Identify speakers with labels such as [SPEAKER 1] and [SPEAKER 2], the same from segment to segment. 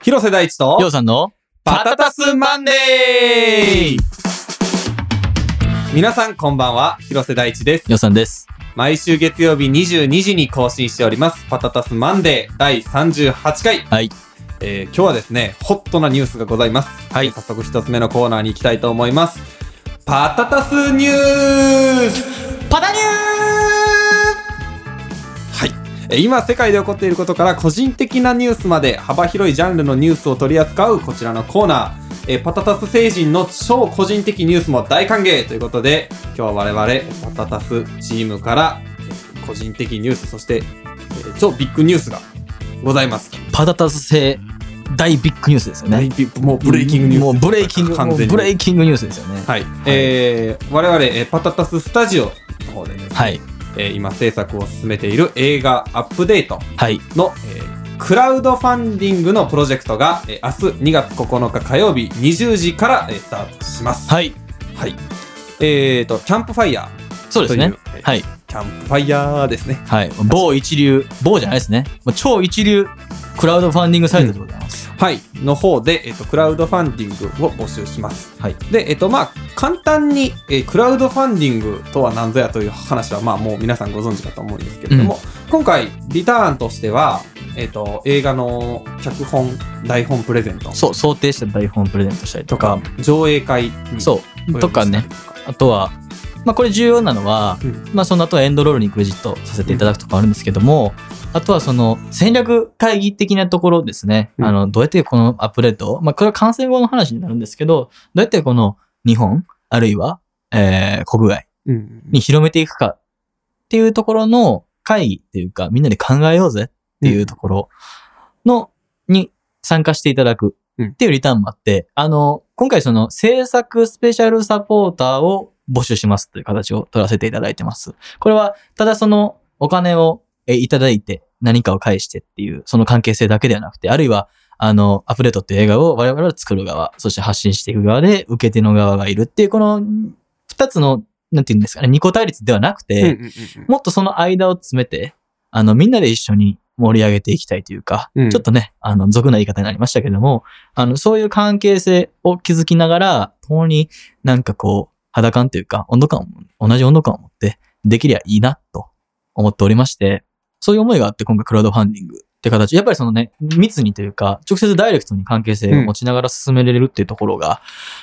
[SPEAKER 1] 広瀬大地と
[SPEAKER 2] りょうさんの
[SPEAKER 1] パタタスマンデー皆さんこんばんは、広瀬大地です。
[SPEAKER 2] りょうさんです。
[SPEAKER 1] 毎週月曜日22時に更新しております、パタタスマンデー第38回。
[SPEAKER 2] はい。
[SPEAKER 1] えー今日はですね、ホットなニュースがございます。
[SPEAKER 2] はい
[SPEAKER 1] 早速一つ目のコーナーに行きたいと思います。パタタスニュース
[SPEAKER 2] パタニュ
[SPEAKER 1] はい。えー今世界で起こっていることから個人的なニュースまで幅広いジャンルのニュースを取り扱うこちらのコーナー。えーパタタス星人の超個人的ニュースも大歓迎ということで、今日は我々パタタスチームから、えー個人的ニュース、そして、えー超ビッグニュースがございます。
[SPEAKER 2] ーパタタス製大ビッグニュースですよ
[SPEAKER 1] 大
[SPEAKER 2] ね。
[SPEAKER 1] ビッグもうブレイキングニュース。
[SPEAKER 2] もうブレイキング、
[SPEAKER 1] 完
[SPEAKER 2] もう
[SPEAKER 1] 全に
[SPEAKER 2] ブレイキングニュースですよね。
[SPEAKER 1] はい。えー我々、えーパタタススタジオの方でですね、
[SPEAKER 2] はい。
[SPEAKER 1] えー今制作を進めている映画アップデート
[SPEAKER 2] はい。
[SPEAKER 1] の、えークラウドファンディングのプロジェクトが、えー明日2月9日火曜日20時から、えースタートします。
[SPEAKER 2] はい。
[SPEAKER 1] はい。えーと、キャンプファイヤ
[SPEAKER 2] そう
[SPEAKER 1] ーと
[SPEAKER 2] です
[SPEAKER 1] いう、
[SPEAKER 2] ね。
[SPEAKER 1] えー
[SPEAKER 2] はい。
[SPEAKER 1] キャンプファイヤーですね。
[SPEAKER 2] はい。某一流、某じゃないですね。もう超一流クラウドファンディングサイトでございます。
[SPEAKER 1] はい。の方で、えーと、クラウドファンディングを募集します。
[SPEAKER 2] はい。
[SPEAKER 1] で、えっ、と、まあ、簡単に、えークラウドファンディングとは何ぞやという話は、まあ、もう皆さんご存知だと思うんですけれども、今回、リターンとしては、えっ、と、映画の脚本、台本プレゼント
[SPEAKER 2] そう、想定した台本プレゼントしたりと
[SPEAKER 1] と
[SPEAKER 2] か
[SPEAKER 1] か、、上映会に
[SPEAKER 2] そ
[SPEAKER 1] お呼びしたり
[SPEAKER 2] う、とかね。。あとは、まあこれ重要なのは、
[SPEAKER 1] うん
[SPEAKER 2] まあその後はエンドロールにクレジットさせていただくとかあるんですけども、あとはその戦略会議的なところですね。
[SPEAKER 1] うん
[SPEAKER 2] あの、どうやってこのアップデートをまあこれは感染後の話になるんですけど、どうやってこの日本、あるいは、えー、国外
[SPEAKER 1] うん。
[SPEAKER 2] に広めていくかっていうところの会議っていうか、みんなで考えようぜっていうところの、に参加していただくっていうリターンもあって、あの、今回その制作スペシャルサポーターを募集しますという形を取らせていただいてます。これは、ただそのお金をえいただいて何かを返してっていう、その関係性だけではなくて、あるいは、あの、アップデートっていう映画を我々は作る側、そして発信していく側で、受け手の側がいるっていう、この二つの、なんていうんですかね、二個対立ではなくて、
[SPEAKER 1] うんうんうん
[SPEAKER 2] もっとその間を詰めて、あの、みんなで一緒に盛り上げていきたいというか、
[SPEAKER 1] うん
[SPEAKER 2] ちょっとね、あの、俗な言い方になりましたけども、あの、そういう関係性を築きながら、共になんかこう、肌感というか、温度感を、同じ温度感を持って、できりゃいいな、と思っておりまして、そういう思いがあって、今回クラウドファンディングって形、やっぱりそのね、密にというか、直接ダイレクトに関係性を持ちながら進められるっていうところが、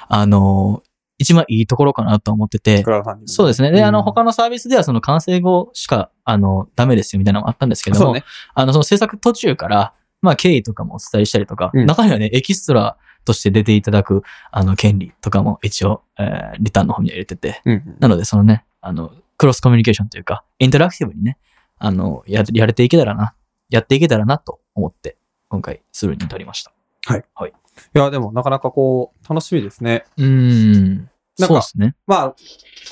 [SPEAKER 2] あの、一番いいところかなと思ってて
[SPEAKER 1] ク、ラウドファンディング。
[SPEAKER 2] そうですね。で、あ
[SPEAKER 1] う
[SPEAKER 2] の、
[SPEAKER 1] ん
[SPEAKER 2] 他のサービスでは、その完成後しか、あの、ダメですよみたいなのもあったんですけど
[SPEAKER 1] そう
[SPEAKER 2] も、
[SPEAKER 1] ね。
[SPEAKER 2] あの、その制作途中から、まあ、経緯とかもお伝えしたりとか、
[SPEAKER 1] うん
[SPEAKER 2] 中にはね、エキストラとして出ていただく、あの、権利とかも一応、えーリターンの方には入れてて、
[SPEAKER 1] うんうん
[SPEAKER 2] なので、そのね、あの、クロスコミュニケーションというか、インタラクティブにね、あの、や、やれていけたらな、やっていけたらなと思って、今回、するに至りました。
[SPEAKER 1] いや、でも、なかなかこう、楽しみですね。
[SPEAKER 2] うーん。
[SPEAKER 1] なんか
[SPEAKER 2] そうですね。
[SPEAKER 1] まあ、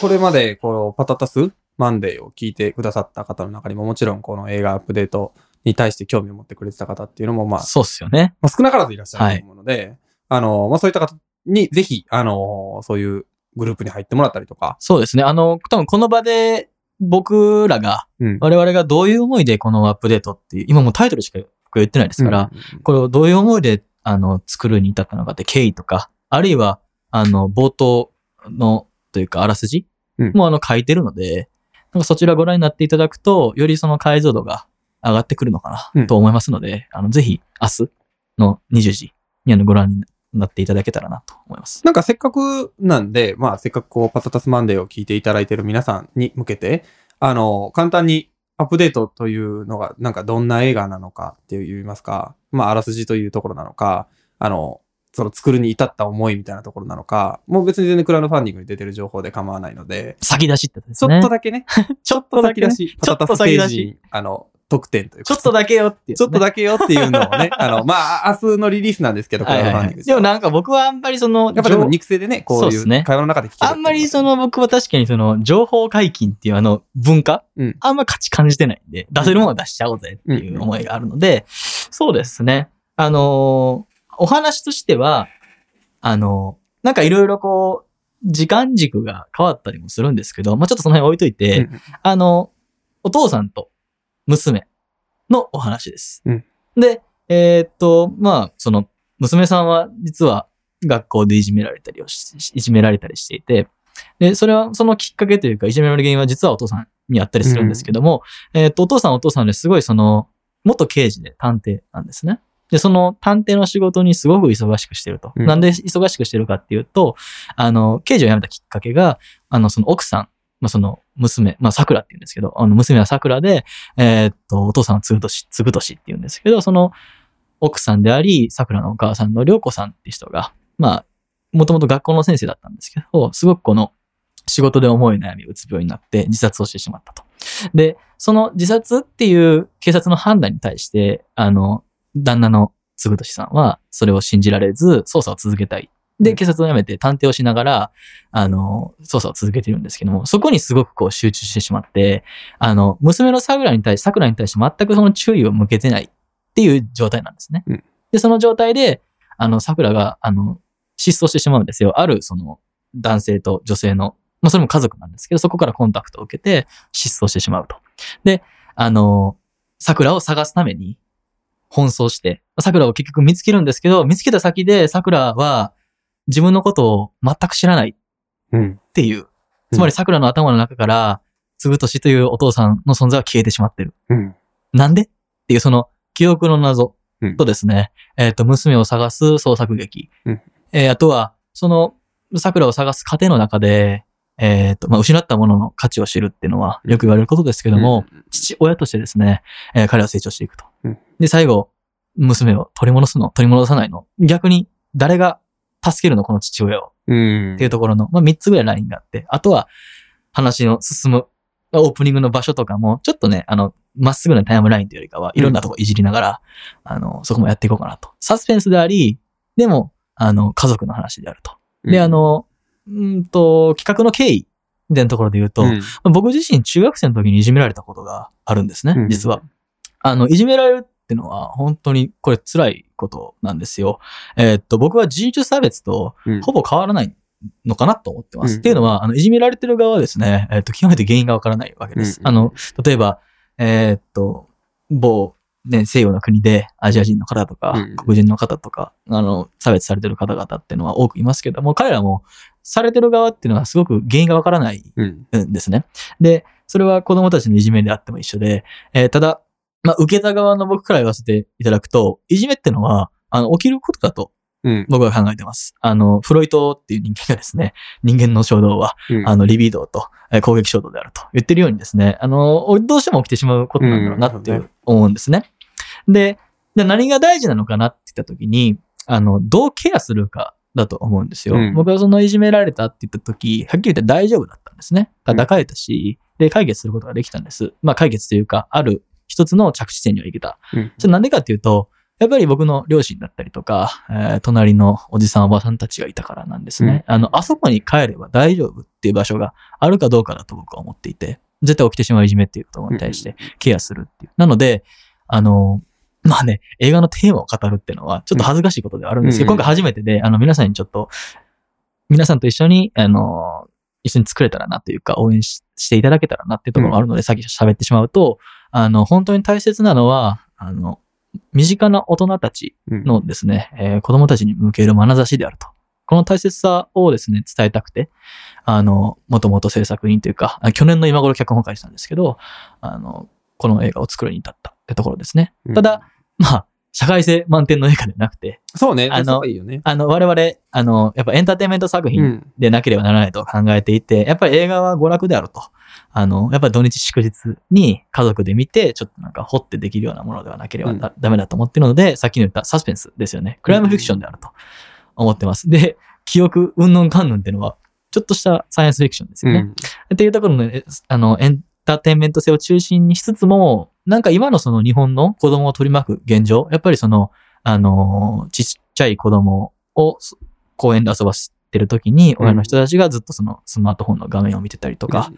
[SPEAKER 1] これまで、こう、パタタスマンデーを聞いてくださった方の中にも、もちろん、この映画アップデートに対して興味を持ってくれてた方っていうのも、まあ、
[SPEAKER 2] そうっすよね。
[SPEAKER 1] まあ、少なからずいらっしゃると思うので、あの、まあ、そういった方に、ぜひ、あの、そういうグループに入ってもらったりとか、
[SPEAKER 2] そうですね。あの、多分この場で、僕らが、
[SPEAKER 1] うん。
[SPEAKER 2] 我々がどういう思いでこのアップデートっていう、今もうタイトルしか僕言ってないですから、
[SPEAKER 1] うん、
[SPEAKER 2] これをどういう思いで、あの、作るに至ったのかって経緯とか、あるいは、あの、冒頭の、というか、あらすじ
[SPEAKER 1] うん
[SPEAKER 2] もうあの、書いてるので、なんかそちらご覧になっていただくと、よりその解像度が上がってくるのか
[SPEAKER 1] う
[SPEAKER 2] なんと思いますので、あの、ぜひ、明日の20時にあのご覧になっていただけたらなと思います。
[SPEAKER 1] なんかせっかくなんで、まあせっかくこうパタタスマンデーを聞いていただいている皆さんに向けて、あの、簡単にアップデートというのが、なんかどんな映画なのかって言いますか、まああらすじというところなのか、あの、その作るに至った思いみたいなところなのか、もう別に全然クラウドファンディングに出てる情報で構わないので、
[SPEAKER 2] 先出しってやつで
[SPEAKER 1] ち
[SPEAKER 2] す
[SPEAKER 1] ょ
[SPEAKER 2] ね。
[SPEAKER 1] っとだけね、
[SPEAKER 2] ちょっ
[SPEAKER 1] ちょっとだけだ
[SPEAKER 2] ね
[SPEAKER 1] し、
[SPEAKER 2] ちょ
[SPEAKER 1] パタ
[SPEAKER 2] っと
[SPEAKER 1] タス
[SPEAKER 2] 先だ
[SPEAKER 1] 星
[SPEAKER 2] し
[SPEAKER 1] 人、あの、特典という
[SPEAKER 2] ちょ
[SPEAKER 1] か、
[SPEAKER 2] っとだけよっていうね、
[SPEAKER 1] ちょっとだけよっていうのをね、あの、まあ明日のリリースなんですけど、ク
[SPEAKER 2] は
[SPEAKER 1] ラウ
[SPEAKER 2] い
[SPEAKER 1] ド
[SPEAKER 2] は
[SPEAKER 1] ファン
[SPEAKER 2] いは
[SPEAKER 1] ディング。
[SPEAKER 2] い。でもなんか僕はあんまりその、
[SPEAKER 1] やっぱで
[SPEAKER 2] 情
[SPEAKER 1] も
[SPEAKER 2] 報
[SPEAKER 1] 肉声でね、こ
[SPEAKER 2] そううっ
[SPEAKER 1] い
[SPEAKER 2] す
[SPEAKER 1] う
[SPEAKER 2] ね
[SPEAKER 1] 会話の中で聞けるっていうの
[SPEAKER 2] あ
[SPEAKER 1] が
[SPEAKER 2] んまりその僕は確かにその情報解禁っていうあの文化、
[SPEAKER 1] うん
[SPEAKER 2] あんま価値感じてないんで、出せるものは出しちゃおうぜっていう思いがあるので、そうですね。あのーお話としては、あのーなんかいろいろこう、時間軸が変わったりもするんですけど、まあちょっとその辺置いとい
[SPEAKER 1] う
[SPEAKER 2] て、
[SPEAKER 1] ん
[SPEAKER 2] あの、お父さんと娘のお話です。
[SPEAKER 1] うん
[SPEAKER 2] で、えーっと、まあ、その、娘さんは実は学校でいじめられたりをし、いじめられたりしていて、で、それは、そのきっかけというか、いじめられる原因は実はお父さんにあったりするんですけども、えっと、お父さんはお父さんですごいその、元刑事で探偵なんですね。で、その探偵の仕事にすごく忙しくしてると。
[SPEAKER 1] うん
[SPEAKER 2] なんで忙しくしてるかっていうと、あの、刑事を辞めたきっかけが、あの、その奥さん、まあ、その娘、まあ、桜って言うんですけど、あの、娘は桜で、えーっと、お父さんはつぐとし、つぐとしって言うんですけど、その奥さんであり、桜のお母さんの良子さんって人が、まあ、もともと学校の先生だったんですけど、すごくこの仕事で思い悩み、うつ病になって自殺をしてしまったと。で、その自殺っていう警察の判断に対して、あの、旦那のつぐとしさんは、それを信じられず、捜査を続けたい。で、警察を辞めて探偵をしながら、あの、捜査を続けてるんですけども、そこにすごくこう集中してしまって、あの、娘の桜に対して、桜に対して全くその注意を向けてないっていう状態なんですね。
[SPEAKER 1] うん
[SPEAKER 2] で、その状態で、あの、桜が、あの、失踪してしまうんですよ。ある、その、男性と女性の、まあ、それも家族なんですけど、そこからコンタクトを受けて、失踪してしまうと。で、あの、桜を探すために、奔走して、桜を結局見つけるんですけど、見つけた先で桜は自分のことを全く知らない
[SPEAKER 1] うん。
[SPEAKER 2] っていう。つまり桜の頭の中から、つぐとしというお父さんの存在は消えてしまってる。
[SPEAKER 1] うん。
[SPEAKER 2] なんでっていうその記憶の謎
[SPEAKER 1] うん
[SPEAKER 2] とですね、えっ、と、娘を探す創作劇。
[SPEAKER 1] うん
[SPEAKER 2] えーあとは、その桜を探す過程の中で、えっ、と、まあ、失ったものの価値を知るっていうのはよく言われることですけども、父親としてですね、えー彼は成長していくと
[SPEAKER 1] うん。
[SPEAKER 2] で、最後、娘を取り戻すの、取り戻さないの。逆に、誰が助けるのこの父親を。
[SPEAKER 1] うん。
[SPEAKER 2] っていうところの、まあ、3つぐらいラインがあって、あとは、話の進む、オープニングの場所とかも、ちょっとね、あの、まっすぐなタイムラインというよりかは、いろんなとこいじりながら、あの、そこもやっていこうかなと。サスペンスであり、でも、あの、家族の話であると。で、あの、うんと、企画の経緯みたいなところで言うと、
[SPEAKER 1] うん、
[SPEAKER 2] 僕自身中学生の時にいじめられたことがあるんですね、
[SPEAKER 1] うん
[SPEAKER 2] 実は。あの、いじめられるってのは本当にこれ辛いことなんですよ。えーっと、僕は人種差別と
[SPEAKER 1] うん
[SPEAKER 2] ほぼ変わらないのかなと思ってます。
[SPEAKER 1] うん
[SPEAKER 2] っていうのは、あの、いじめられてる側はですね、えーっと、極めて原因がわからないわけです。
[SPEAKER 1] うん
[SPEAKER 2] あの、例えば、えーっと、某、ね、西洋の国でアジア人の方とか、
[SPEAKER 1] うん
[SPEAKER 2] 黒人の方とか、あの、差別されてる方々っていうのは多くいますけども、彼らもされてる側っていうのはすごく原因がわからない
[SPEAKER 1] うん。
[SPEAKER 2] うんですね。で、それは子供たちのいじめであっても一緒で、えーただ、まあ、受けた側の僕から言わせていただくと、いじめってのは、あの、起きることだと
[SPEAKER 1] うん。
[SPEAKER 2] 僕は考えてます。あの、フロイトっていう人間がですね、人間の衝動は、
[SPEAKER 1] うん
[SPEAKER 2] あの、リビドーと、えー攻撃衝動であると言ってるようにですね、あの、おどうしても起きてしまうことなんだろうなってい
[SPEAKER 1] うんそう
[SPEAKER 2] う思うんですね。で、じゃあ何が大事なのかなって言った時に、あの、どうケアするかだと思うんですよ。
[SPEAKER 1] うん
[SPEAKER 2] 僕はそのいじめられたって言った時、はっきり言って大丈夫だったんですね。
[SPEAKER 1] うん
[SPEAKER 2] 戦えたし、で、解決することができたんです。まあ、解決というか、ある一つの着地点にはいけた。
[SPEAKER 1] うん
[SPEAKER 2] それなんでかっていうと、やっぱり僕の両親だったりとか、えー隣のおじさんおばさんたちがいたからなんですね。あの、あそこに帰れば大丈夫っていう場所があるかどうかだと僕は思っていて、絶対起きてしまういじめっていうことに対してケアするっていう。なので、あの、まあね、映画のテーマを語るっていうのはちょっと恥ずかしいことではあるんですけど、
[SPEAKER 1] うん
[SPEAKER 2] 今回初めてで、あの、皆さんにちょっと、皆さんと一緒に、あの、一緒に作れたらなというか、応援ししていただけたらなっていうところもあるので、さっき喋ってしまうと、あの、本当に大切なのは、あの、身近な大人たち
[SPEAKER 1] うん、
[SPEAKER 2] のですね、えー子供たちに向ける眼差しであると。この大切さをですね、伝えたくて、あの、もともと制作人というか、あ去年の今頃脚本会したんですけど、あの、この映画を作るに至ったってところですね。
[SPEAKER 1] うん
[SPEAKER 2] ただ、まあ、社会性満点の映画ではなくて、
[SPEAKER 1] そうね。
[SPEAKER 2] あの
[SPEAKER 1] そこがいいよね。
[SPEAKER 2] あの、我々、あの、やっぱエンターテインメント作
[SPEAKER 1] う
[SPEAKER 2] 品
[SPEAKER 1] ん。
[SPEAKER 2] でなければならないと考えていて、やっぱり映画は娯楽であると。あの、やっぱり土日祝日に家族で見て、ちょっとなんか掘ってできるようなものではなければだダメだと思ってるので、さっきの言ったサスペンスですよね。クライムフィクションであると思ってます。で、記憶、云々かんぬんっていうのは、ちょっとしたサイエンスフィクションです
[SPEAKER 1] う
[SPEAKER 2] よね。
[SPEAKER 1] ん。
[SPEAKER 2] っていうところの、えあの、エンターテインメント性を中心にしつつも、なんか今のその日本の子供を取り巻く現状、やっぱりその、あのー、ちっちゃい子供をそ公園で遊ばせてる時に、
[SPEAKER 1] うん
[SPEAKER 2] 親の人たちがずっとそのスマートフォンの画面を見てたりとか、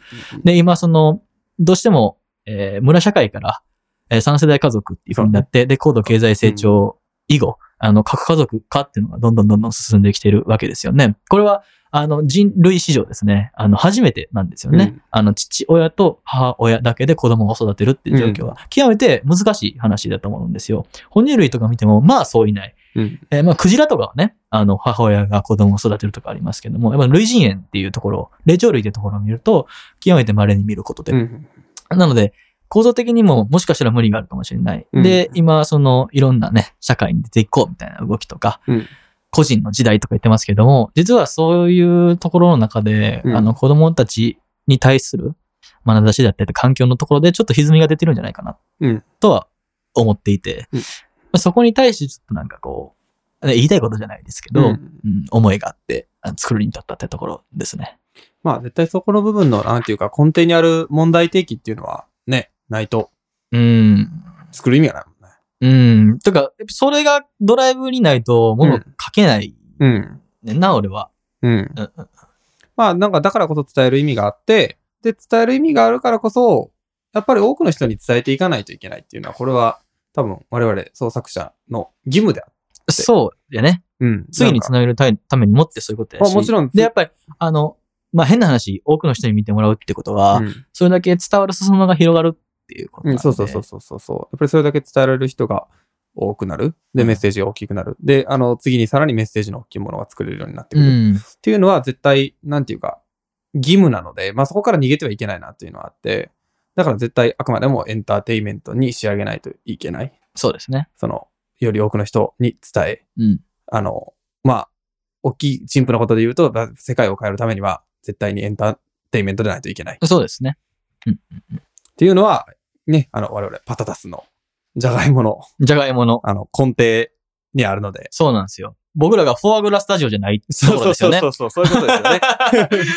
[SPEAKER 2] で、今その、どうしても、えー村社会から、え3世代家族っていう風になって、で、高度経済成長以後、あの、核家族化っていうのがどんどんどんどん進んできてるわけですよね。これは、あの、人類史上ですね、あの、初めてなんですよね。
[SPEAKER 1] うん
[SPEAKER 2] あの、父親と母親だけで子供を育てるっていう状況は、極めて難しい話だと思うんですよ。哺乳類とか見ても、まあそういない。
[SPEAKER 1] うん。
[SPEAKER 2] えーまあ、クジラとかはね、あの、母親が子供を育てるとかありますけども、やっぱ類人猿っていうところ、霊長類っていうところを見ると、極めて稀に見ることで。
[SPEAKER 1] うん。
[SPEAKER 2] なので、構造的にももしかしたら無理があるかもしれない。
[SPEAKER 1] うん
[SPEAKER 2] で、今、その、いろんなね、社会に出ていこうみたいな動きとか、
[SPEAKER 1] うん
[SPEAKER 2] 個人の時代とか言ってますけども、実はそういうところの中で、
[SPEAKER 1] うん
[SPEAKER 2] あの、子供たちに対する眼差しだったり、環境のところでちょっと歪みが出てるんじゃないかな、
[SPEAKER 1] うん
[SPEAKER 2] とは思っていて、
[SPEAKER 1] うん
[SPEAKER 2] まあそこに対してちょっとなんかこう、ね言いたいことじゃないですけど、
[SPEAKER 1] うん
[SPEAKER 2] うん思いがあって、あの作りに立ったってところですね。
[SPEAKER 1] まあ絶対そこの部分の、なんていうか根底にある問題提起っていうのはね、ないと
[SPEAKER 2] うん。
[SPEAKER 1] 作る意味がないもんね。
[SPEAKER 2] うん。とか、やっぱそれがドライブにないと、もの書けない
[SPEAKER 1] うん。
[SPEAKER 2] ねんな、俺は。
[SPEAKER 1] うん。
[SPEAKER 2] うんうん
[SPEAKER 1] まあなんかだからこそ伝える意味があって、で、伝える意味があるからこそ、やっぱり多くの人に伝えていかないといけないっていうのは、これは多分我々創作者の義務である。
[SPEAKER 2] そうやね。
[SPEAKER 1] うん。
[SPEAKER 2] 次につ
[SPEAKER 1] 繋
[SPEAKER 2] なげるたためにもってそういうことや
[SPEAKER 1] ま
[SPEAKER 2] し。
[SPEAKER 1] あもちろん。
[SPEAKER 2] で、やっぱり、あの、まあ、変な話、多くの人に見てもらうってことは、
[SPEAKER 1] うん
[SPEAKER 2] それだけ伝わる裾野が広がるっていうこと
[SPEAKER 1] う
[SPEAKER 2] なん
[SPEAKER 1] ん、
[SPEAKER 2] で。
[SPEAKER 1] そうそうそうそうそうそう。やっぱりそれだけ伝えられる人が多くなる。で、メッセージが大きくなる。で、あの、次にさらにメッセージの大きいものが作れるようになってく
[SPEAKER 2] う
[SPEAKER 1] る。
[SPEAKER 2] ん。
[SPEAKER 1] っていうのは絶対、なんていうか、義務なので、まあそこから逃げてはいけないなっていうのはあって、だから絶対あくまでもエンターテインメントに仕上げないといけない。
[SPEAKER 2] そうですね。
[SPEAKER 1] その、より多くの人に伝え、
[SPEAKER 2] うん。
[SPEAKER 1] あの、まあ、大きい陳腐なことで言うと、だ世界を変えるためには絶対にエンターテインメントでないといけない。っ
[SPEAKER 2] そうですね。
[SPEAKER 1] ていうのは、ね、あの、我々パタタスのじゃがいもの、
[SPEAKER 2] じゃがいもの。
[SPEAKER 1] あの、根底にあるので。
[SPEAKER 2] そうなんですよ。僕らがフォアグラスタジオじゃないところですよね。
[SPEAKER 1] そうそうそう、そういうことですよね。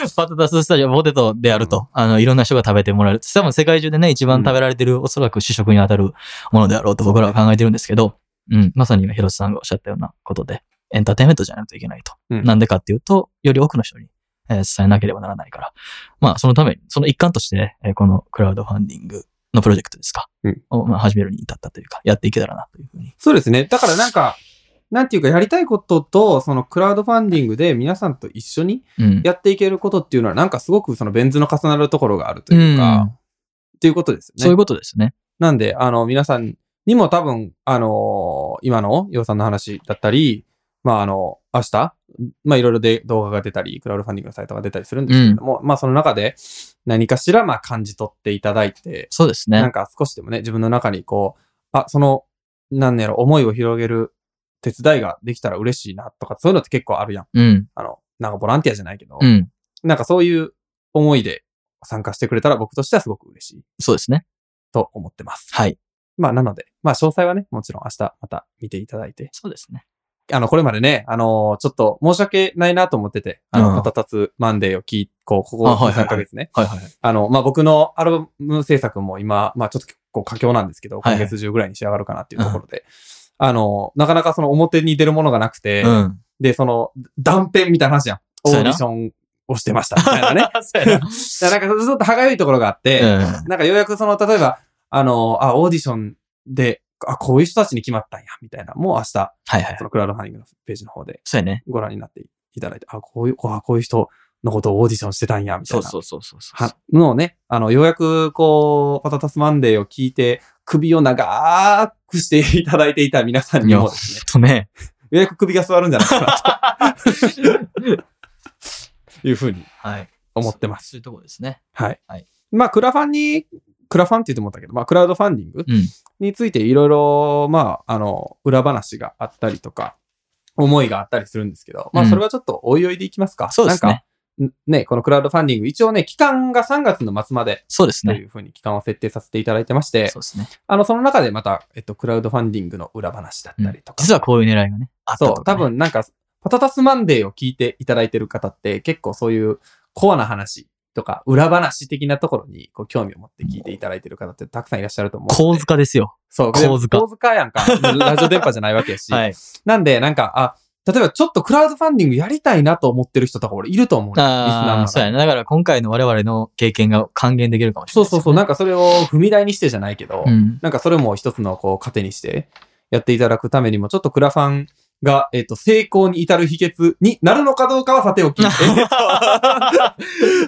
[SPEAKER 2] パタタススタジオポテトであると、あの、いろんな人が食べてもらえる。多分世界中でね、一番食べられてる、おそらく主食に当たるものであろうと僕らは考えてるんですけど、うん、まさに今、広瀬さんがおっしゃったようなことで、エンターテインメントじゃないといけないと。
[SPEAKER 1] うん
[SPEAKER 2] なんでかっていうと、より多くの人に、えー伝えなければならないから。まあ、そのために、その一環として、ね、えーこのクラウドファンディングのプロジェクトですか。
[SPEAKER 1] うん
[SPEAKER 2] を、まあ、始めるに至ったというか、やっていけたらなというふうに。
[SPEAKER 1] そうですね。だからなんか、なんていうか、やりたいことと、そのクラウドファンディングで皆さんと一緒に
[SPEAKER 2] うん。
[SPEAKER 1] やっていけることっていうのは、なんかすごくそのベン図の重なるところがあるというか、
[SPEAKER 2] うん
[SPEAKER 1] っていうことですよね。
[SPEAKER 2] そういうことですね。
[SPEAKER 1] なんで、あの、皆さんにも多分、あのー今の洋さんの話だったり、まあ、あの、明日、まあ、いろいろで動画が出たり、クラウドファンディングのサイトが出たりするんですけれども、まあ、その中で何かしら、まあ、感じ取っていただいて、
[SPEAKER 2] そうです
[SPEAKER 1] な
[SPEAKER 2] ね
[SPEAKER 1] ん。か少しでもね、自分の中にこう、あ、その、なんやろ、思いを広げる手伝いができたら嬉しいなとか、そういうのって結構あるやん。
[SPEAKER 2] うん。
[SPEAKER 1] あの、なんかボランティアじゃないけど、
[SPEAKER 2] うん。
[SPEAKER 1] なんかそういう思いで参加してくれたら僕としてはすごく嬉しい
[SPEAKER 2] そうですね。
[SPEAKER 1] と思ってます。
[SPEAKER 2] はい。
[SPEAKER 1] まあ、なので、まあ、詳細はね、もちろん明日また見ていただいて、
[SPEAKER 2] そうですね。
[SPEAKER 1] あの、これまでね、あのーちょっと申し訳ないなと思ってて、あの、
[SPEAKER 2] うん
[SPEAKER 1] パタタツマンデーを聞い、こう、ここ
[SPEAKER 2] あはいはいはい
[SPEAKER 1] 3ヶ月ね、
[SPEAKER 2] はいはいはい。
[SPEAKER 1] あの、まあ、僕のアルバム制作も今、まあ、ちょっと結構佳境なんですけど、
[SPEAKER 2] はい
[SPEAKER 1] 今月中ぐらいに仕上がるかなっていうところで、あの、なかなかその表に出るものがなくて、
[SPEAKER 2] うん。
[SPEAKER 1] で、その断片みたいな話やん。オ
[SPEAKER 2] そう
[SPEAKER 1] ー
[SPEAKER 2] や
[SPEAKER 1] デ
[SPEAKER 2] な
[SPEAKER 1] ィションをしてましたみ たいなね。だ
[SPEAKER 2] そうや
[SPEAKER 1] からなんかちょっと歯がゆいところがあって、
[SPEAKER 2] な。
[SPEAKER 1] なんかようやくその、例えば、あの、あ、オーディションで、あ、こういう人たちに決まったんや、みたいな、もう明日、
[SPEAKER 2] はいはい
[SPEAKER 1] そ。のクラウドファンディングのページの方で
[SPEAKER 2] そうやね。
[SPEAKER 1] ご覧になっていただいて、あ、こういう、あ、こういう人のことをオーディションしてたんや、みたいな。
[SPEAKER 2] うそうそう
[SPEAKER 1] は、のをね、あの、ようやく、こう、パタタスマンデーを聞いて、首を長くしていただいていた皆さんに
[SPEAKER 2] いや、
[SPEAKER 1] も
[SPEAKER 2] ほん
[SPEAKER 1] ですね、
[SPEAKER 2] と ね。
[SPEAKER 1] ようやく首が座るんじゃないかな、というふうに
[SPEAKER 2] はい。
[SPEAKER 1] 思ってます。
[SPEAKER 2] す。そういうとこですね。
[SPEAKER 1] はい。
[SPEAKER 2] はい
[SPEAKER 1] まあ、クラファンに、クラファンって言ってもらったけど、まあ、クラウドファンディング
[SPEAKER 2] うん
[SPEAKER 1] についていろいろ、まあ、あの、裏話があったりとか、思いがあったりするんですけど、まあ、
[SPEAKER 2] うん
[SPEAKER 1] それはちょっとおいおいでいきますか。
[SPEAKER 2] そうですね。
[SPEAKER 1] なんか、ね、このクラウドファンディング、一応ね、期間が3月の末まで、
[SPEAKER 2] そうです
[SPEAKER 1] と
[SPEAKER 2] ね。
[SPEAKER 1] いうふうに期間を設定させていただいてまして、
[SPEAKER 2] そうですね。
[SPEAKER 1] あの、その中でまた、えっと、クラウドファンディングの裏話だったりとか。
[SPEAKER 2] 実はこういう狙いがね。あった
[SPEAKER 1] そ
[SPEAKER 2] と
[SPEAKER 1] う、多分なんか、パタタスマンデーを聞いていただいてる方って、結構そういうコアな話とか、裏話的なところにこう興味を持って聞いていただいてる方ってたくさんいらっしゃると思うので。
[SPEAKER 2] 構図化ですよ。
[SPEAKER 1] そう、
[SPEAKER 2] 構図化
[SPEAKER 1] 構図化や んか。ラジオ電波じゃないわけやし。
[SPEAKER 2] はい。
[SPEAKER 1] なんで、なんか、あ、例えばちょっとクラウドファンディングやりたいなと思ってる人とか俺いると思うねリスナー
[SPEAKER 2] あ
[SPEAKER 1] の
[SPEAKER 2] あ、そう
[SPEAKER 1] 中
[SPEAKER 2] や
[SPEAKER 1] で。
[SPEAKER 2] ね。だから今回の我々の経験が還元できるかもしれ
[SPEAKER 1] そう
[SPEAKER 2] ない。
[SPEAKER 1] そうそう、なんかそれを踏み台にしてじゃないけど、
[SPEAKER 2] うん。
[SPEAKER 1] なんかそれも一つのこう糧にしてやっていただくためにも、ちょっとクラファンが、えっ、と、成功に至る秘訣になるのかどうかはさて おき、えーと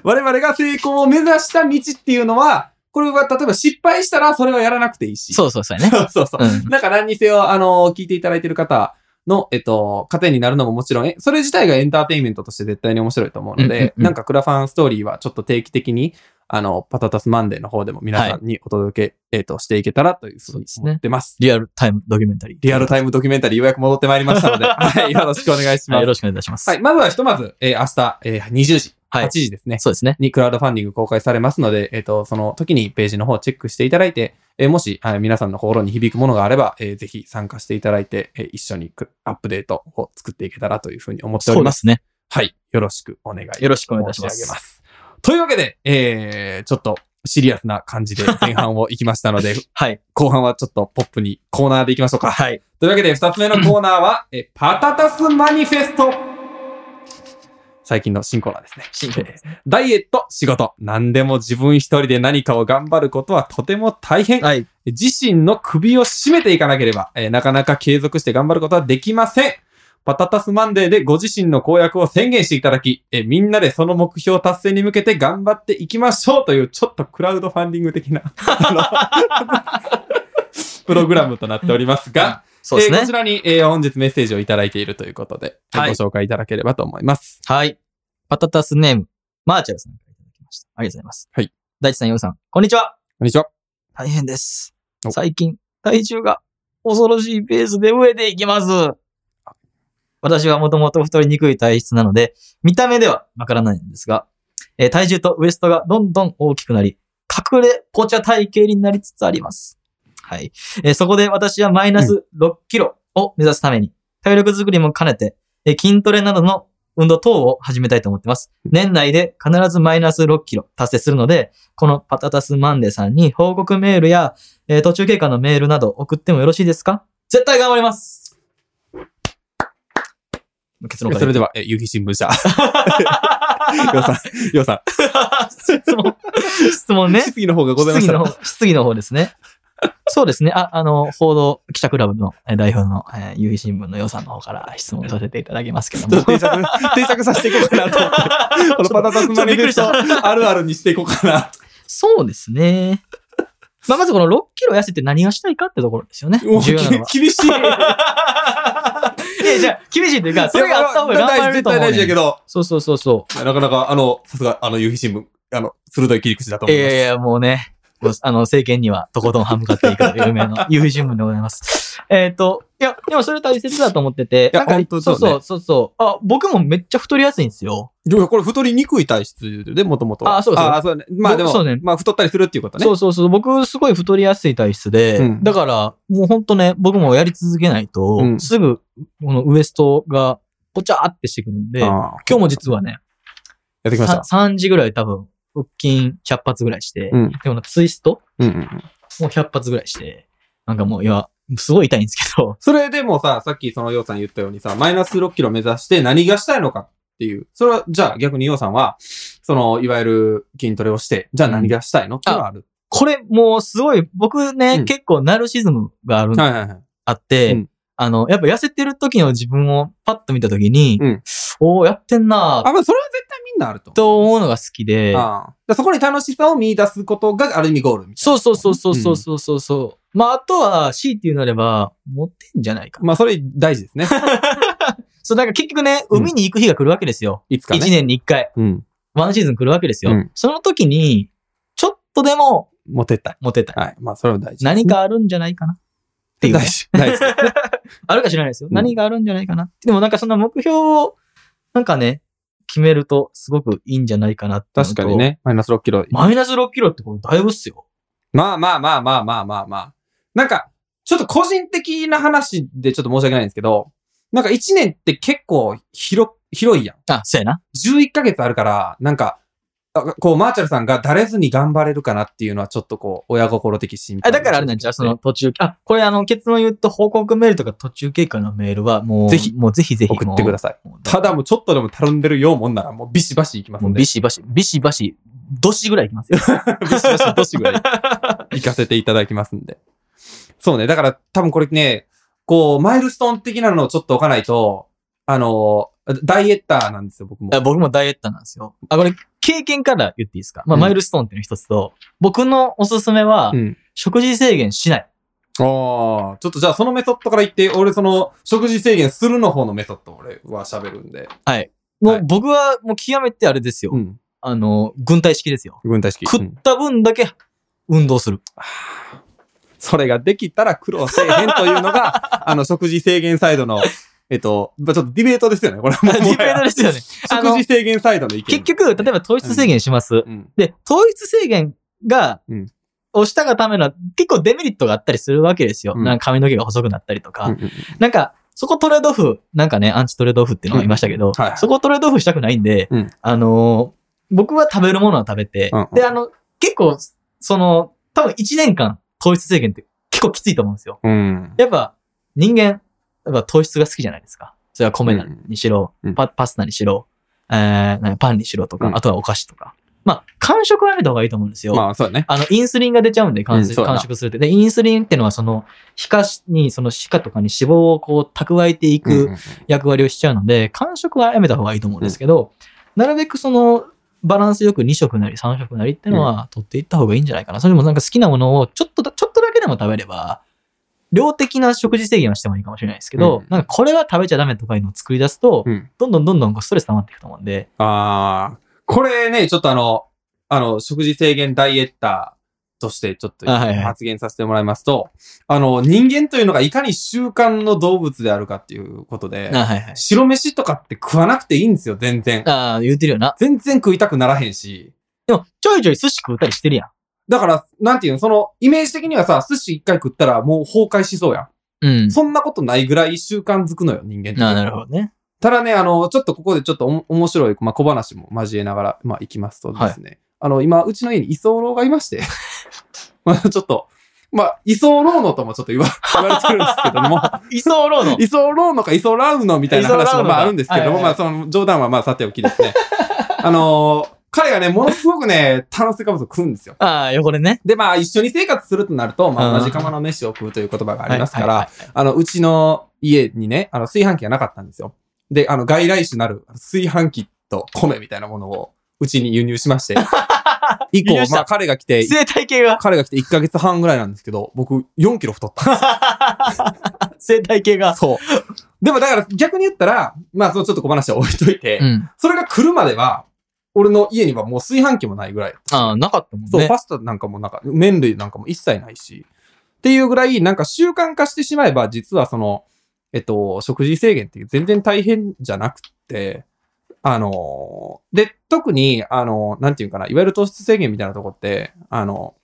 [SPEAKER 1] 我々が成功を目指した道っていうのは、これは例えば失敗したらそれはやらなくていいし。
[SPEAKER 2] そうそうそうやね。
[SPEAKER 1] そうそうそう
[SPEAKER 2] うん。
[SPEAKER 1] なんか何にせよ、あの聞いていただいてる方の、えっと、糧になるのももちろん、えそれ自体がエンターテインメントとして絶対に面白いと思うので、
[SPEAKER 2] うんうんうん
[SPEAKER 1] なんかクラファンストーリーはちょっと定期的に、あの、パタタスマンデーの方でも皆さんにお届け、えっと、していけたらというふうに思ってます。
[SPEAKER 2] リアルタイムドキュメンタリー。
[SPEAKER 1] リアルタイムドキュメンタリーようやく戻ってまいりましたの で、はい、よろしくお願いしま
[SPEAKER 2] はい
[SPEAKER 1] す。
[SPEAKER 2] よろしくお願いいたします。
[SPEAKER 1] はい、まずはひとまず、えー明日、えー20時、
[SPEAKER 2] はい
[SPEAKER 1] 8時ですね。
[SPEAKER 2] そうですね。
[SPEAKER 1] にクラウドファンディング公開されますので、えっ、と、その時にページの方をチェックしていただいて、えーもし、あ皆さんの心に響くものがあれば、えーぜひ参加していただいて、えー一緒にクアップデートを作っていけたらというふうに思ってお
[SPEAKER 2] そ
[SPEAKER 1] り
[SPEAKER 2] うで
[SPEAKER 1] ます。
[SPEAKER 2] すね。
[SPEAKER 1] はい。よろしくお願い
[SPEAKER 2] よろしくお願いいたしま
[SPEAKER 1] 申上げ
[SPEAKER 2] す。
[SPEAKER 1] ます。というわけで、えー、ちょっとシリアスな感じで前半を行きました ので、
[SPEAKER 2] はい。
[SPEAKER 1] 後半はちょっとポップにコーナーでいきましょうか。
[SPEAKER 2] はい。
[SPEAKER 1] というわけで、二つ目のコーナーは、えパタタスマニフェスト最近の新コーナーですね。
[SPEAKER 2] 新コーナーで
[SPEAKER 1] ダイエット、仕事、何でも自分一人で何かを頑張ることはとても大変。
[SPEAKER 2] はい。
[SPEAKER 1] 自身の首を絞めていかなければ、えーなかなか継続して頑張ることはできません。パタタスマンデーでご自身の公約を宣言していただき、えーみんなでその目標達成に向けて頑張っていきましょうという、ちょっとクラウドファンディング的な、 あのプログラムとなっておりますが、
[SPEAKER 2] そうです
[SPEAKER 1] えーこ
[SPEAKER 2] ね
[SPEAKER 1] ち。らに、えー本日メッセージをいただいているということで、えー
[SPEAKER 2] は
[SPEAKER 1] ご
[SPEAKER 2] い
[SPEAKER 1] 紹介いただければと思います。
[SPEAKER 2] はい。パタタスネーム、マーチャルさんからいただきました。ありがとうございます。
[SPEAKER 1] はい。
[SPEAKER 2] 大地さん、ヨウさん、こんにちは。
[SPEAKER 1] こんにちは。
[SPEAKER 2] 大変です
[SPEAKER 1] お。
[SPEAKER 2] 最近、体重が恐ろしいペースで増えていきます。私はもともと太りにくい体質なので、見た目ではわからないんですが、えー体重とウエストがどんどん大きくなり、隠れポチャ体型になりつつあります。はい。えーそこで私はマイナス6キロを目指すために、体力づくりも兼ねて、えー筋トレなどの運動等を始めたいと思ってます。年内で必ずマイナス6キロ達成するので、このパタタスマンデーさんに報告メールや、えー途中経過のメールなど送ってもよろしいですか絶対頑張ります結論から
[SPEAKER 1] それでは、えー、夕日新 聞社。ようさん、ようさん、
[SPEAKER 2] 質問、質問ね。
[SPEAKER 1] 質疑の方がございま
[SPEAKER 2] 質
[SPEAKER 1] し
[SPEAKER 2] 疑
[SPEAKER 1] た
[SPEAKER 2] の
[SPEAKER 1] ら。
[SPEAKER 2] 方、質疑の方ですね。そうですね。あ、あの、報道記者クラブのえー代表の、えー、夕日新聞の予算の方から質問させていただきますけ ど
[SPEAKER 1] ちょ
[SPEAKER 2] も
[SPEAKER 1] っ。と定着、定着させていこうかなと思って。 このパタタスマニフェス
[SPEAKER 2] ちょっとびっ
[SPEAKER 1] トあるあるにしていこうかな。
[SPEAKER 2] そうですね。まあ、まずこの6キロ痩せて何がしたいかってところですよね。
[SPEAKER 1] もう
[SPEAKER 2] 重要なのは。
[SPEAKER 1] 厳しい。
[SPEAKER 2] いや、じゃあ、厳しいというか、それがあった方が頑張れる
[SPEAKER 1] 絶
[SPEAKER 2] と思
[SPEAKER 1] 対
[SPEAKER 2] う、
[SPEAKER 1] 大事やけ
[SPEAKER 2] ね。
[SPEAKER 1] ど、
[SPEAKER 2] そうそうそうそう。
[SPEAKER 1] なかなか、あの、さすが、あの、夕日新聞、あの、鋭い切り口だと思
[SPEAKER 2] い
[SPEAKER 1] いま
[SPEAKER 2] や
[SPEAKER 1] す。
[SPEAKER 2] いやいや、もうね、もうあの、政権にはとことん歯向かっていくという有名 な有名新聞でございます。えっ、と、いや、でもそれ大切だと思ってて、
[SPEAKER 1] いや
[SPEAKER 2] なんか
[SPEAKER 1] 本当そ
[SPEAKER 2] そうう
[SPEAKER 1] ね
[SPEAKER 2] そうそうそう。あ、僕もめっちゃ太りやすいんですよ。
[SPEAKER 1] いやこれ太りにくい体質で、もともと。
[SPEAKER 2] あそうそう
[SPEAKER 1] あそうね。まあでも
[SPEAKER 2] そうね、
[SPEAKER 1] まあ太ったりするっていうことね
[SPEAKER 2] そ。うそうそう。僕すごい太りやすい体質で、
[SPEAKER 1] うん
[SPEAKER 2] だからもうほんとね、僕もやり続けないと、
[SPEAKER 1] うん
[SPEAKER 2] すぐこのウエストがポチャーってしてくるんで、今
[SPEAKER 1] ああ
[SPEAKER 2] 日も実はね、
[SPEAKER 1] やってきました
[SPEAKER 2] さ。3時ぐらい多分、腹筋100発ぐらいして、
[SPEAKER 1] うん。
[SPEAKER 2] でもツイスト
[SPEAKER 1] うんうんうん。
[SPEAKER 2] もう100発ぐらいして、なんかもう、いや、すごい痛いんですけど、
[SPEAKER 1] それでもさ、さっきそのようさん言ったようにさ、マイナス6キロ目指して何がしたいのかっていう。それは、じゃあ逆にようさんは、その、いわゆる筋トレをして、じゃあ何がしたいのっていうのはある。
[SPEAKER 2] これもうすごい、僕ね、
[SPEAKER 1] うん
[SPEAKER 2] 結構ナルシズムがある、
[SPEAKER 1] はいはいはい。
[SPEAKER 2] あって、
[SPEAKER 1] うん
[SPEAKER 2] あの、やっぱ痩せてる時の自分をパッと見た時に、
[SPEAKER 1] うん
[SPEAKER 2] おおやってんな
[SPEAKER 1] あ、
[SPEAKER 2] ぁ、
[SPEAKER 1] まあそれは絶対みんなあると。
[SPEAKER 2] と思うのが好きで、
[SPEAKER 1] ああでそこに楽しさを見出すことがある意味ゴールみたい
[SPEAKER 2] そうそうそうそうそうそうそうそう。まあ、あとは、C っていうなれば、持ってんじゃないか
[SPEAKER 1] な。。まあそれ大事です ね。
[SPEAKER 2] そう、なんか結局ね、
[SPEAKER 1] うん
[SPEAKER 2] 海に行く日が来るわけですよ。
[SPEAKER 1] いつか
[SPEAKER 2] 一
[SPEAKER 1] ね。
[SPEAKER 2] 年に一回、
[SPEAKER 1] うん。
[SPEAKER 2] ワンシーズン来るわけですよ。
[SPEAKER 1] うん
[SPEAKER 2] その時に、ちょっとでも
[SPEAKER 1] モテたい。
[SPEAKER 2] モテたい。
[SPEAKER 1] はい。まあそれは大事。
[SPEAKER 2] 何かあるんじゃないかな。っていうね
[SPEAKER 1] 大事。大事。
[SPEAKER 2] あるか知らないですよ。
[SPEAKER 1] うん
[SPEAKER 2] 何があるんじゃないかな。でもなんかそんな目標を、なんかね、決めるとすごくいいんじゃないかなっていうの
[SPEAKER 1] 確
[SPEAKER 2] と
[SPEAKER 1] かに。 ね。マイナス6キロ。
[SPEAKER 2] マイナス6キロってこれだいぶっすよ。
[SPEAKER 1] まあまあまあまあまあまあまあ。なんか、ちょっと個人的な話でちょっと申し訳ないんですけど、なんか1年って結構広、広いやん。
[SPEAKER 2] あ、そうやな。
[SPEAKER 1] 11ヶ月あるから、なんか、あこう、マーチャルさんが誰ずに頑張れるかなっていうのはちょっとこう、親心的心
[SPEAKER 2] あ
[SPEAKER 1] 配。
[SPEAKER 2] だからあれなんじゃあその、途中、あ、これあの結論言うと報告メールとか途中経過のメールはもう、
[SPEAKER 1] ぜひ
[SPEAKER 2] もうぜひぜひ
[SPEAKER 1] 送ってくだ
[SPEAKER 2] さ
[SPEAKER 1] さい。
[SPEAKER 2] い。もう
[SPEAKER 1] ただもうちょっとでもたるんでるようもんなら、もうビシバシいきます
[SPEAKER 2] もうん
[SPEAKER 1] で。
[SPEAKER 2] ビシバシ、ビシバシ、どしぐらいいきますよ。
[SPEAKER 1] ビシバシ、どしぐらい行かせていただきますんで。そうね。だから多分これね、こう、マイルストーン的なのをちょっと置かないと、あの、ダイエッターなんですよ、僕も。
[SPEAKER 2] あ僕もダイエッターなんですよ。あ、これ経験から言っていいですかまあ、
[SPEAKER 1] うん
[SPEAKER 2] マイルストーンっていうの一つと、僕のおすすめは、
[SPEAKER 1] うん。
[SPEAKER 2] 食事制限しない。
[SPEAKER 1] ああ、ちょっとじゃあそのメソッドから言って、俺その食事制限するの方のメソッド俺は喋るんで。
[SPEAKER 2] も
[SPEAKER 1] は
[SPEAKER 2] う
[SPEAKER 1] い
[SPEAKER 2] 僕はもう極めてあれですよ。
[SPEAKER 1] うん。
[SPEAKER 2] あの、軍隊式ですよ。
[SPEAKER 1] 軍隊式。
[SPEAKER 2] 食っ
[SPEAKER 1] うん
[SPEAKER 2] た分だけ運動 する。
[SPEAKER 1] それができたら苦労せえへんというのが、あの食事制限サイドの、 えっと、まあちょっとディベートですよね。これはも
[SPEAKER 2] デ
[SPEAKER 1] う
[SPEAKER 2] ィベートですよね。あの
[SPEAKER 1] 食事制限サイドの意見。
[SPEAKER 2] 結、局、例えば糖質制限します。
[SPEAKER 1] うん。
[SPEAKER 2] で、糖質制限が
[SPEAKER 1] うん、
[SPEAKER 2] をしたがための結構デメリットがあったりするわけですよ。
[SPEAKER 1] うん
[SPEAKER 2] なんか髪の毛が細くなったりとか。
[SPEAKER 1] うんうんうん
[SPEAKER 2] なんか、そこトレードオフ、なんかね、アンチトレードオフっていうのがいましたけど、
[SPEAKER 1] んはい
[SPEAKER 2] そこトレードオフしたくないんで、
[SPEAKER 1] うん
[SPEAKER 2] あのー僕は食べるものは食べて、
[SPEAKER 1] うんうん
[SPEAKER 2] で、あの、結構、その、多分1年間糖質制限って結構きついと思うんですよ。
[SPEAKER 1] うん。
[SPEAKER 2] やっぱ、人間、やっぱ糖質が好きじゃないですか。それは米な
[SPEAKER 1] うん
[SPEAKER 2] にしろ、
[SPEAKER 1] うん
[SPEAKER 2] パパスタにしろ、えーなんかパンにしろとか、
[SPEAKER 1] うん
[SPEAKER 2] あとはお菓子とか。まあ、間食はやめた方がいいと思うんですよ。
[SPEAKER 1] まあ、そうだね。
[SPEAKER 2] あの、インスリンが出ちゃうんで、間
[SPEAKER 1] うん
[SPEAKER 2] 食
[SPEAKER 1] そうだな
[SPEAKER 2] 間食するって。で、インスリンっていうのは、その、皮下に、その歯科とかに脂肪をこう、蓄えてい
[SPEAKER 1] うんうん
[SPEAKER 2] く役割をしちゃうので、間食はやめた方がいいと思うんですけど、なるべくその、バランスよく2食なり3食なりっていうのは取っていった方がいいんじゃないかな。それもなんか好きなものをちょっとだ、ちょっとだけでも食べれば、量的な食事制限はしてもいいかもしれないですけど、
[SPEAKER 1] うん
[SPEAKER 2] なんかこれは食べちゃダメとかいうのを作り出すと、
[SPEAKER 1] うん
[SPEAKER 2] どんどんどんどんこうストレス溜まっていくと思うんで、
[SPEAKER 1] ああ、これね、ちょっとあの、あの、食事制限ダイエッターとしてちょっと
[SPEAKER 2] あはいはい
[SPEAKER 1] 発言させてもらいますと、あの、人間というのがいかに習慣の動物であるかっていうことで、
[SPEAKER 2] あはいはい。
[SPEAKER 1] 白飯とかって食わなくていいんですよ、全然。
[SPEAKER 2] ああ、言うてるよな。
[SPEAKER 1] 全然食いたくならへんし。
[SPEAKER 2] でも、ちょいちょい寿司食うたりしてるやん。
[SPEAKER 1] だから、なんていうの、その、イメージ的にはさ、寿司一回食ったらもう崩壊しそうやん。
[SPEAKER 2] うん。
[SPEAKER 1] そんなことないぐらい習慣づくのよ、人間って。
[SPEAKER 2] あなるほどね。
[SPEAKER 1] ただね、あの、ちょっとここでちょっとおも面白い、まあ、小話も交えながら、まあ、行きますとですね、あの、今、うちの家に居候がいまして、 まあ、ちょっと、まあ、居候のともちょっと言わ言われてるんですけども、
[SPEAKER 2] 居候の。
[SPEAKER 1] 居候のか居候ラウのみたいな話もまああるんですけども、
[SPEAKER 2] 居候ラウの
[SPEAKER 1] まあ、その冗談はまあ、さておきですね。あのー彼がね、ものすごくね、炭水化物を食うんですよ。
[SPEAKER 2] ああ、横でね。
[SPEAKER 1] で、まあ、一緒に生活するとなると、ま
[SPEAKER 2] う
[SPEAKER 1] あ、
[SPEAKER 2] ん
[SPEAKER 1] 同じ釜の飯を食うという言葉がありますか
[SPEAKER 2] はい
[SPEAKER 1] ら、
[SPEAKER 2] はいはい
[SPEAKER 1] あの、うちの家にね、あの、炊飯器がなかったんですよ。で、あの、外来種なる炊飯器と米みたいなものをうちに輸入しま して、以
[SPEAKER 2] 輸入
[SPEAKER 1] 降、
[SPEAKER 2] した
[SPEAKER 1] まあ、彼が来て、
[SPEAKER 2] 生態 系が。
[SPEAKER 1] 彼が来て1ヶ月半ぐらいなんですけど、僕4キロ太った。
[SPEAKER 2] 生態系が。
[SPEAKER 1] そう。でもだから逆に言ったら、まあ、そのちょっと小話は置いといて、
[SPEAKER 2] うん。
[SPEAKER 1] それが来るまでは、俺の家にはもう炊飯器もないぐらい。
[SPEAKER 2] ああ、なかったもんね。
[SPEAKER 1] そう、パスタなんかもなんか、麺類なんかも一切ないし。っていうぐらい、なんか習慣化してしまえば、実はその、えっと、食事制限って全然大変じゃなくって、あの、で、特に、あの、なんていうかな、いわゆる糖質制限みたいなとこって、あの、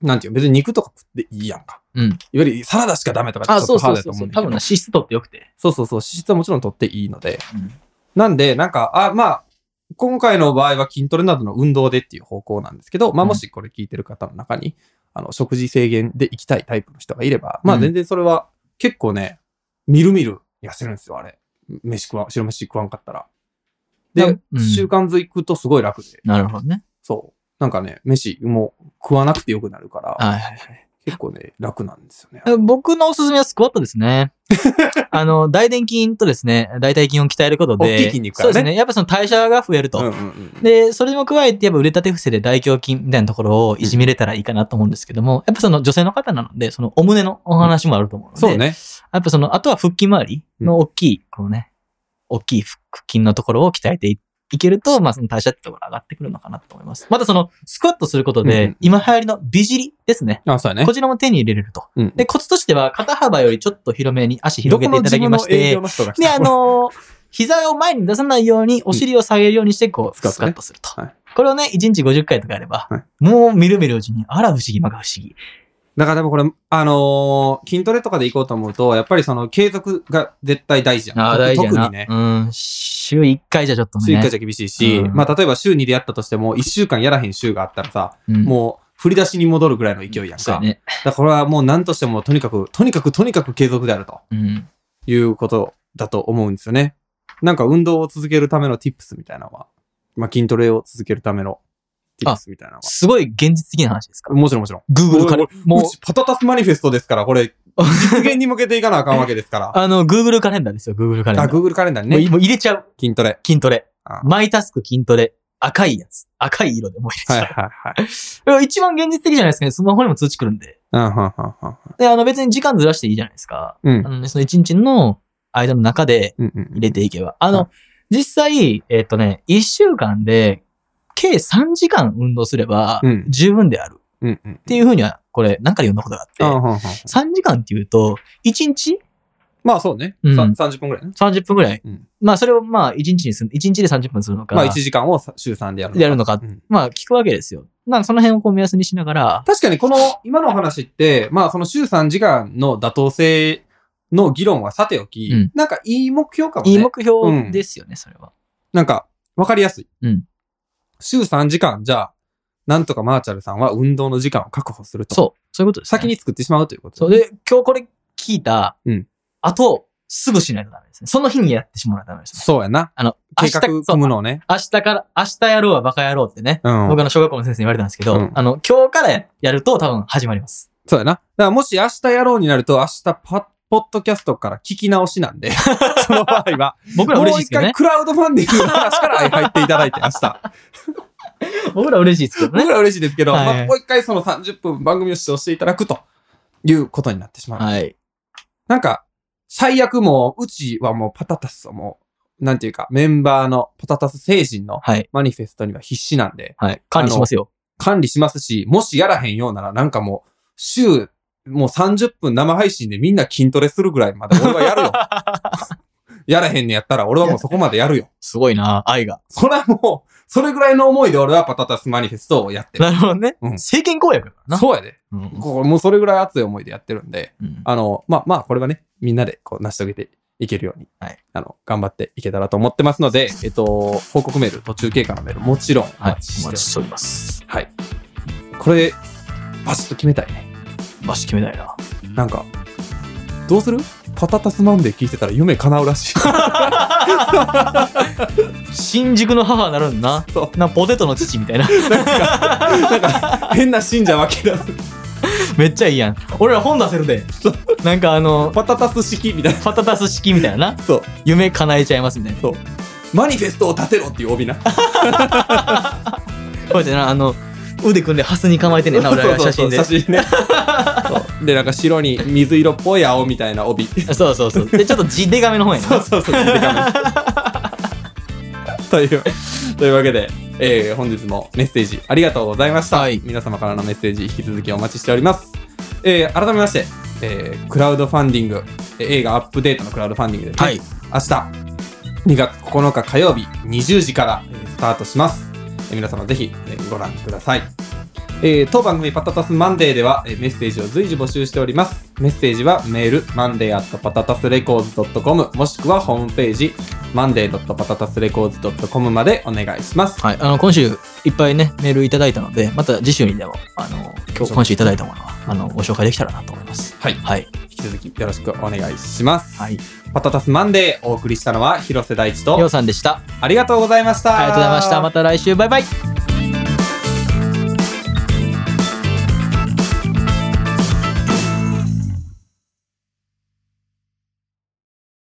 [SPEAKER 1] なんていうの別に肉とか食っていいやんか。
[SPEAKER 2] うん
[SPEAKER 1] いわゆるサラダしかダメとかって
[SPEAKER 2] あ
[SPEAKER 1] ちょっ
[SPEAKER 2] そ
[SPEAKER 1] と
[SPEAKER 2] う
[SPEAKER 1] ハ
[SPEAKER 2] そ
[SPEAKER 1] ードだと
[SPEAKER 2] うそう
[SPEAKER 1] 思
[SPEAKER 2] そうう。
[SPEAKER 1] んだ
[SPEAKER 2] 多
[SPEAKER 1] け
[SPEAKER 2] 分
[SPEAKER 1] ど
[SPEAKER 2] な、脂質取ってよくて。
[SPEAKER 1] そうそうそう、脂質はもちろん取っていいので、
[SPEAKER 2] うん
[SPEAKER 1] なんで、なんか、あ、まあ、今回の場合は筋トレなどの運動でっていう方向なんですけど、まあ、
[SPEAKER 2] うん
[SPEAKER 1] もしこれ聞いてる方の中に、あの、食事制限で行きたいタイプの人がいれば、ま
[SPEAKER 2] う
[SPEAKER 1] あ、
[SPEAKER 2] ん
[SPEAKER 1] 全然それは結構ね、みるみる痩せるんですよ、あれ。飯食わん、白飯食わんかったら。
[SPEAKER 2] う
[SPEAKER 1] で
[SPEAKER 2] ん、うん
[SPEAKER 1] 習慣づくとすごい楽で、
[SPEAKER 2] なるほどね。
[SPEAKER 1] そう。なんかね、飯もう食わなくてよくなるから、
[SPEAKER 2] はいはい
[SPEAKER 1] 結構ね、楽なんですよね。
[SPEAKER 2] はい。僕のおすすめはスクワットで すね。あの、大臀筋とですね、大腿筋を鍛えることで、
[SPEAKER 1] 大きい筋肉か
[SPEAKER 2] そう
[SPEAKER 1] らね
[SPEAKER 2] ですね。やっぱその代謝が増えると。
[SPEAKER 1] うんうんうん。
[SPEAKER 2] で、それにも加えて、やっぱ腕立て伏せで大胸筋みたいなところをいじめれたらいいかなと思うんですけども、やっぱその女性の方なので、そのお胸のお話もあると思うので、
[SPEAKER 1] そうね。
[SPEAKER 2] やっぱその、あとは腹筋周りの大きい、このね、大きい腹筋のところを鍛えていいけると、まあその代謝ってところ上がってくるのかなと思います。またその、スクワットすることで、
[SPEAKER 1] うん
[SPEAKER 2] 今流行りの美尻ですね。
[SPEAKER 1] あ、そうやね
[SPEAKER 2] こ。ちらも手に入れれると。
[SPEAKER 1] うん
[SPEAKER 2] で、コツとしては、肩幅よりちょっと広めに足広げていただきまし
[SPEAKER 1] どこの自分の営
[SPEAKER 2] て
[SPEAKER 1] 業、の人が来た
[SPEAKER 2] で、あのー膝を前に出さないように、お尻を下げるようにして、こう、
[SPEAKER 1] ス
[SPEAKER 2] スカ
[SPEAKER 1] カッとね
[SPEAKER 2] ッとすると。
[SPEAKER 1] はい
[SPEAKER 2] これをね、1日50回とかやれば、
[SPEAKER 1] はい
[SPEAKER 2] もう見る見るうちに、あら不思議、まか不思議。
[SPEAKER 1] だからでもこれ、あのー筋トレとかで行こうと思うと、やっぱりその継続が絶対大事やん。
[SPEAKER 2] ああ、大事や
[SPEAKER 1] 特
[SPEAKER 2] な。
[SPEAKER 1] にね。
[SPEAKER 2] うん、週1回じゃちょっとね。
[SPEAKER 1] 週1回じゃ厳しいし、
[SPEAKER 2] うん
[SPEAKER 1] まあ例えば週2でやったとしても、1週間やらへん週があったらさ、
[SPEAKER 2] うん
[SPEAKER 1] もう振り出しに戻るぐらいの勢いやん
[SPEAKER 2] そう
[SPEAKER 1] か。
[SPEAKER 2] やね。
[SPEAKER 1] だからこれはもう何としても、とにかく、とにかくとにかく継続であると
[SPEAKER 2] うん。
[SPEAKER 1] いうことだと思うんですよね。なんか運動を続けるための tips みたいなのは、まあ筋トレを続けるための tips みたいなの
[SPEAKER 2] すごい現実的な話ですか
[SPEAKER 1] は。もちろんもちろん。
[SPEAKER 2] ?Google カレンダー。
[SPEAKER 1] もう
[SPEAKER 2] もう、
[SPEAKER 1] ちパタタスマニフェストですから、これ、実現に向けていかなあかんわけですから。
[SPEAKER 2] あの、Google カレンダーですよ、Google カレンダ
[SPEAKER 1] あ、
[SPEAKER 2] ー。
[SPEAKER 1] Google カレンダーに
[SPEAKER 2] もう
[SPEAKER 1] ね、
[SPEAKER 2] もう入れちゃう。
[SPEAKER 1] 筋トレ。
[SPEAKER 2] 筋トレ
[SPEAKER 1] あ。
[SPEAKER 2] マイタスク筋トレ。赤いやつ。赤い色でもう入れちゃう
[SPEAKER 1] はいはいはい。
[SPEAKER 2] いや一番現実的じゃないですかね。スマホにも通知来るんで。
[SPEAKER 1] うん、はんはんはんはん。
[SPEAKER 2] で、あの別に時間ずらしていいじゃないですか。
[SPEAKER 1] うん
[SPEAKER 2] あ。のね、その1日の間の中で
[SPEAKER 1] うんうん
[SPEAKER 2] 入れていけば。あ
[SPEAKER 1] はい
[SPEAKER 2] の、実際、えっとね、1週間で計3時間運動すれば
[SPEAKER 1] うん
[SPEAKER 2] 十分であるっ
[SPEAKER 1] うんうん。
[SPEAKER 2] ていうふうには、これ何かで読んだことがあって、
[SPEAKER 1] あはんはんはん
[SPEAKER 2] 3時間っていうと、1日
[SPEAKER 1] まあそうね。
[SPEAKER 2] うん
[SPEAKER 1] さ30分ぐらいね。
[SPEAKER 2] 30分ぐらい。
[SPEAKER 1] うん
[SPEAKER 2] まあそれをまあ1日にする、1日で30分するのか、
[SPEAKER 1] まあ1時間をさ週3でやるのか。
[SPEAKER 2] やるのか
[SPEAKER 1] うん
[SPEAKER 2] まあ聞くわけですよ。なんかその辺をこう目安にしながら、
[SPEAKER 1] 確かにこの今の話って、まあその週3時間の妥当性の議論はさておき、
[SPEAKER 2] うん
[SPEAKER 1] なんかいい目標かもね。
[SPEAKER 2] いい目標ですよね、それは。
[SPEAKER 1] なんかわかりやすい。
[SPEAKER 2] うん
[SPEAKER 1] 週3時間じゃあ、なんとかマーチャルさんは運動の時間を確保すると。
[SPEAKER 2] そう、そういうことです、ね。
[SPEAKER 1] 先に作ってしまうということ。
[SPEAKER 2] そう。で、今日これ聞いた、
[SPEAKER 1] うん
[SPEAKER 2] あと、すぐしないとダメですね。その日にやってしまわないとダメですね。
[SPEAKER 1] そうやな。
[SPEAKER 2] あの、
[SPEAKER 1] 計
[SPEAKER 2] 明日
[SPEAKER 1] 画組
[SPEAKER 2] そう
[SPEAKER 1] むのね。
[SPEAKER 2] 明日から、明日やろうはバカやろうってね、
[SPEAKER 1] うん。
[SPEAKER 2] 僕の小学校の先生に言われたんですけど、
[SPEAKER 1] うん
[SPEAKER 2] あの、今日からやると多分始まります。
[SPEAKER 1] そうやな。だからもし明日やろうになると、明日パポッドキャストから聞き直しなん で、その場合は。
[SPEAKER 2] 僕ら
[SPEAKER 1] もう
[SPEAKER 2] 嬉し
[SPEAKER 1] 一
[SPEAKER 2] いですけど
[SPEAKER 1] 回
[SPEAKER 2] ね。
[SPEAKER 1] クラウドファンディングの話から入っていただい て、明日。
[SPEAKER 2] 僕ら嬉しいですけどね
[SPEAKER 1] 僕。ら嬉しいですけど、
[SPEAKER 2] はい
[SPEAKER 1] まあ、もう一回その30分番組を視聴していただくということになってしまう。
[SPEAKER 2] はい。
[SPEAKER 1] なんか、最悪もう、うちはもうパタタスをもう、なんていうか、メンバーのパタタス精神の
[SPEAKER 2] はい。
[SPEAKER 1] マニフェストには必死なんで、
[SPEAKER 2] はい。管理しますよ。
[SPEAKER 1] 管理しますし、もしやらへんようなら、なんかもう、週、もう30分生配信でみんな筋トレするぐらいまで俺はや るよ。やらへんのやったら俺はもうそこまでやるよ。
[SPEAKER 2] すごいな愛が。
[SPEAKER 1] それはもう、それぐらいの思いで俺はパタタスマニフェストをやってる。
[SPEAKER 2] なるほどね。
[SPEAKER 1] うん
[SPEAKER 2] 政権公約だからな。
[SPEAKER 1] そうやで。
[SPEAKER 2] うん
[SPEAKER 1] ここもうそれぐらい熱い思いでやってるんで、
[SPEAKER 2] うん
[SPEAKER 1] あの、まあまあ、これはね、みんなでこう成し遂げていけるように、
[SPEAKER 2] はい
[SPEAKER 1] あの、頑張っていけたらと思ってますので、えっと、報告メール、途中経過のメール、もちろんお
[SPEAKER 2] はい。
[SPEAKER 1] 待ちしてお
[SPEAKER 2] お
[SPEAKER 1] り
[SPEAKER 2] 待
[SPEAKER 1] ま
[SPEAKER 2] ち
[SPEAKER 1] す。
[SPEAKER 2] しております。
[SPEAKER 1] はい。これ、バシッと決めたいね。
[SPEAKER 2] バシ決めたいな。
[SPEAKER 1] なんか、どうするパタタスマンデー聞いてたら夢叶うら しい。
[SPEAKER 2] 新宿の母なるんな
[SPEAKER 1] そ。
[SPEAKER 2] な、ポテトの父みたいな。
[SPEAKER 1] なんか、変な信者分け出す。
[SPEAKER 2] めっちゃいいやん。俺ら本出せるで。なんかあの、
[SPEAKER 1] パタタス式みたいな。
[SPEAKER 2] パタタス式みたいなな。
[SPEAKER 1] そう。
[SPEAKER 2] 夢叶えちゃいますみたいな。
[SPEAKER 1] そう。マニフェストを立てろっていう帯な。
[SPEAKER 2] こうやってな、あの、腕組んでハスに構えてんねんな、俺らが写真で。
[SPEAKER 1] そう
[SPEAKER 2] そ
[SPEAKER 1] そうそう写 真ねそうでなんか白に水色っぽい青みたいな帯そう
[SPEAKER 2] そうそう。で、ちょっと字でがめの方やな。
[SPEAKER 1] うそうそうでかめ というというわけで、えー本日もメッセージありがとうございました、
[SPEAKER 2] はい
[SPEAKER 1] 皆様からのメッセージ引き続きお待ちしております、えー改めまして、えークラウドファンディングえー映画アップデートのクラウドファンディングで、ね
[SPEAKER 2] はい。
[SPEAKER 1] 明日2月9日火曜日20時からえースタートします。えー皆様ぜひえーご覧ください。えー当番組パタタスマンデーではえーメッセージを随時募集しております。メッセージはメール、マンデー at パタタスレコーズ .com もしくはホームページ、マンデー p a t a t a s r e c o r d s c o m までお願いします。
[SPEAKER 2] はい。あの、今週、いっぱいね、メールいただいたので、また次週にでも、あの、今日、今週いただいたものは、あの、ご紹介できたらなと思います。
[SPEAKER 1] はい
[SPEAKER 2] はい。
[SPEAKER 1] 引き続きよろしくお願いします。
[SPEAKER 2] はい。
[SPEAKER 1] パタタスマンデーお送りしたのは広瀬大地
[SPEAKER 2] りょう
[SPEAKER 1] と
[SPEAKER 2] さんでした。
[SPEAKER 1] ありがとうございました。
[SPEAKER 2] ありがとうございました。また来週、バイバイ。